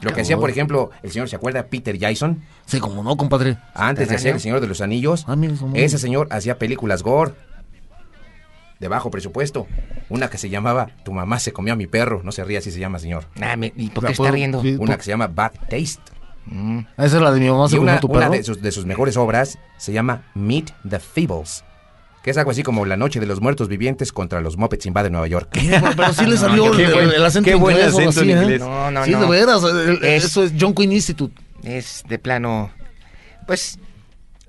Lo que hacía, por ejemplo, el señor, ¿se acuerda? Peter Jackson, Sí, como no, compadre. antes de ser Subterráneo. el señor de los anillos. Ah, mira, somos- Ese señor hacía películas gore. De bajo presupuesto. Una que se llamaba Tu mamá se comió a mi perro. No se ría así se llama, señor. Ah, me- ¿Y por ¿La qué está puedo- riendo? Mm, sí, Una po- que se llama Bad Taste. Esa es la de mi mamá, Y se una, comió tu una perro. de, sus, de sus mejores obras se llama Meet the Feebles. Que es algo así como La noche de los muertos vivientes contra los Muppets invade Nueva York. Pero, pero sí le salió el, el- el acento qué buen inglés. o algo acento en así, ¿eh? inglés. No, no, sí, no. de veras. el- el- Es- Eso es John Quinn Institute. Es de plano. Pues.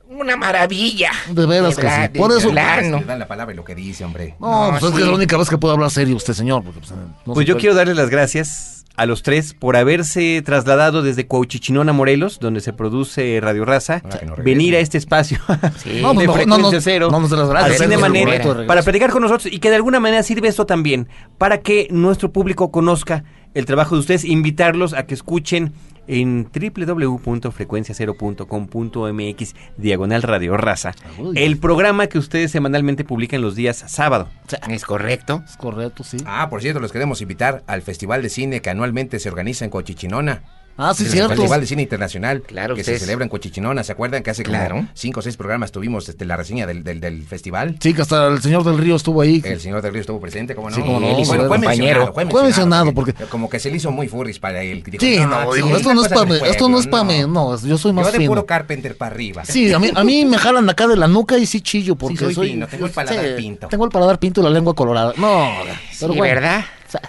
Una maravilla. De veras que verdad, sí. Por de eso- plano. Le dan la palabra y lo que dice, hombre. No, No, pues es sí. que es la única vez que puedo hablar serio usted, señor. Porque, pues, eh, no Pues se yo puede. quiero darles las gracias a los tres por haberse trasladado desde Cuauchichinón a Morelos, donde se produce Radio Raza, Ahora que no regresen. venir a este espacio Sí. de No, pues no, no, Frecuencia no, Cero no nos dé las gracias, al eh, Cine nos dé Manet, el boleto de regreso. para platicar con nosotros y que de alguna manera sirve esto también para que nuestro público conozca el trabajo de ustedes, invitarlos a que escuchen en www.frecuenciacero.com.mx diagonal Radio Raza, Uy. el programa que ustedes semanalmente publican los días sábado. Es correcto. Es correcto, sí. Ah, por cierto, los queremos invitar al Festival de Cine que anualmente se organiza en Cochichinona. Ah, sí, el cierto. Festival de Cine Internacional Claro, que ustedes- se celebra en Cochichinona. ¿Se acuerdan que hace Claro. como cinco o seis programas tuvimos este, la reseña del, del- del festival? Sí, que hasta el señor del río estuvo ahí. El señor del Río estuvo presente, ¿cómo no? Sí, cómo no, Bueno, bueno, fue mencionado, compañero. fue mencionado. Fue mencionado, sí. porque- Como que se le hizo muy furris para él. Dijo, Sí, no, sí, dijo, esto una no es cosa para del mí, esto no es pueblo, para mí, no, yo soy más Yo de fino. puro Carpenter para arriba. Sí, a mí, a mí me jalan acá de la nuca y sí chillo porque soy soy. fino, tengo el paladar Sí, pinto. Tengo el paladar pinto y la lengua colorada. No, Sí, pero bueno, ¿verdad? o sea,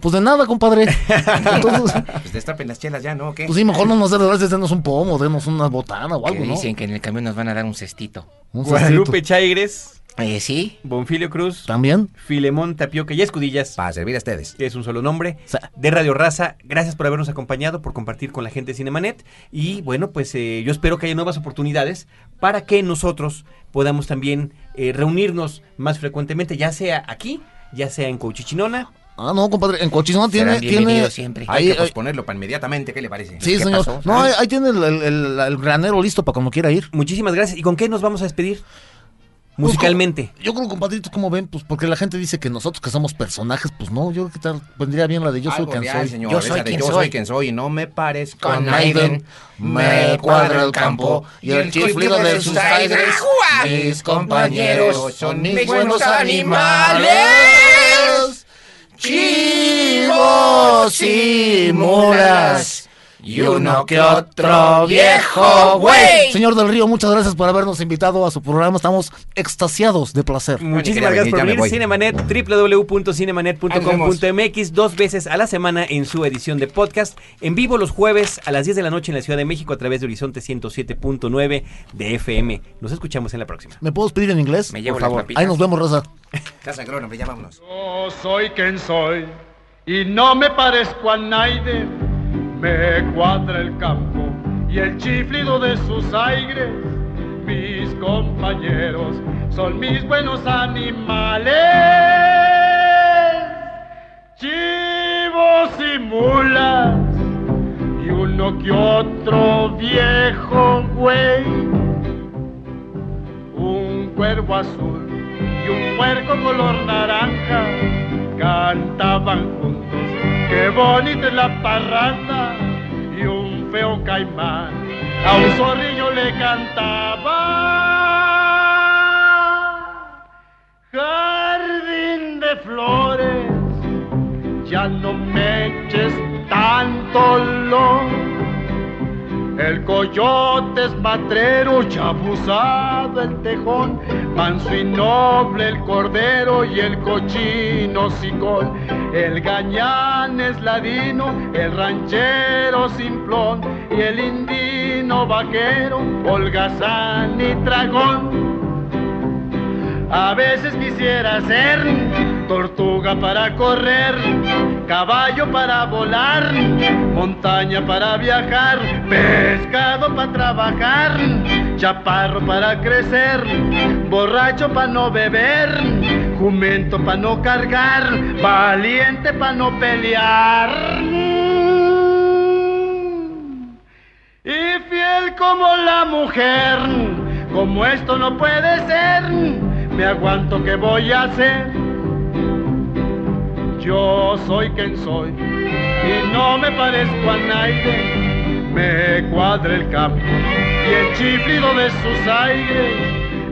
pues de nada, compadre. Entonces, Pues destapen las chelas ya, ¿no? ¿Qué? pues sí, mejor no nos dé las gracias, denos un pomo, denos una botana o Que algo, ¿no? dicen que en el camión nos van a dar un cestito. Un Guadalupe sacito. Chaigres, Eh, sí. Bonfilio Cruz, También. Filemón Tapioca y Escudillas. Para servir a ustedes. que es un solo nombre, Sa- de Radio Raza. Gracias por habernos acompañado, por compartir con la gente de Cinemanet. Y bueno, pues eh, yo espero que haya nuevas oportunidades para que nosotros podamos también eh, reunirnos más frecuentemente, ya sea aquí, ya sea en Cochichinona. Ah, no, compadre, en Cochizón tiene. Serán tiene bienvenidos siempre. Ahí, Hay ahí- que posponerlo para inmediatamente, ¿qué le parece? sí, ¿Qué señor. pasó? No, Ah. ahí, ahí tiene el, el- el- el granero listo para cuando quiera ir. Muchísimas gracias. ¿Y con qué nos vamos a despedir? Musicalmente. Yo creo, compadritos, como ven, pues porque la gente dice que nosotros que somos personajes, pues no, yo creo que tal, vendría bien la de yo soy Algo quien de, ay, soy. señor, Yo esa soy de quien yo soy. soy quien soy y no me parezco a Con nadie. Naiden me cuadra el campo y el chiflido de sus aires. Mis compañeros son mis buenos animales, chivos y mulas. y uno que otro viejo güey. Señor del Río, muchas gracias por habernos invitado a su programa. Estamos extasiados de placer. Muchísimas gracias por venir. Cinemanet, www.cinemanet.com.mx, dos veces a la semana en su edición de podcast. En vivo los jueves a las 10 de la noche en la Ciudad de México a través de Horizonte 107.9 de FM. Nos escuchamos en la próxima. ¿Me puedo pedir en inglés? Me llevo por las favor. papitas. Ahí nos vemos, Rosa. Casa Grona, ya vámonos. Yo soy quien soy y no me parezco a nadie. Me cuadra el campo y el chiflido de sus aires. Mis compañeros son mis buenos animales. Chivos y mulas y uno que otro viejo güey. Un cuervo azul y un puerco color naranja cantaban juntos. Qué bonita es la parranda y un feo caimán a un zorrillo le cantaba. Jardín de flores, ya no me eches tanto olor. El coyote es matrero, chabuzado el tejón, manso y noble el cordero y el cochino sicón. El gañán es ladino, el ranchero simplón y el indino vaquero, holgazán y tragón. A veces quisiera ser tortuga para correr, caballo para volar, montaña para viajar, pescado para trabajar, chaparro para crecer, borracho para no beber, jumento para no cargar, valiente para no pelear. Y fiel como la mujer, como esto no puede ser, me aguanto que voy a hacer. Yo soy quien soy y no me parezco a nadie. Me cuadra el campo y el chiflido de sus aires.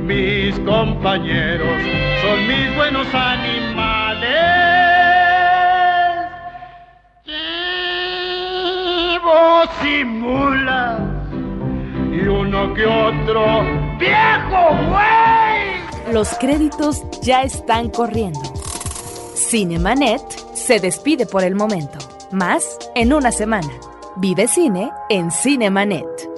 Mis compañeros son mis buenos animales. Chivos y mulas y uno que otro viejo güey. Los créditos ya están corriendo. Cinemanet se despide por el momento. Más en una semana. Vive cine en Cinemanet.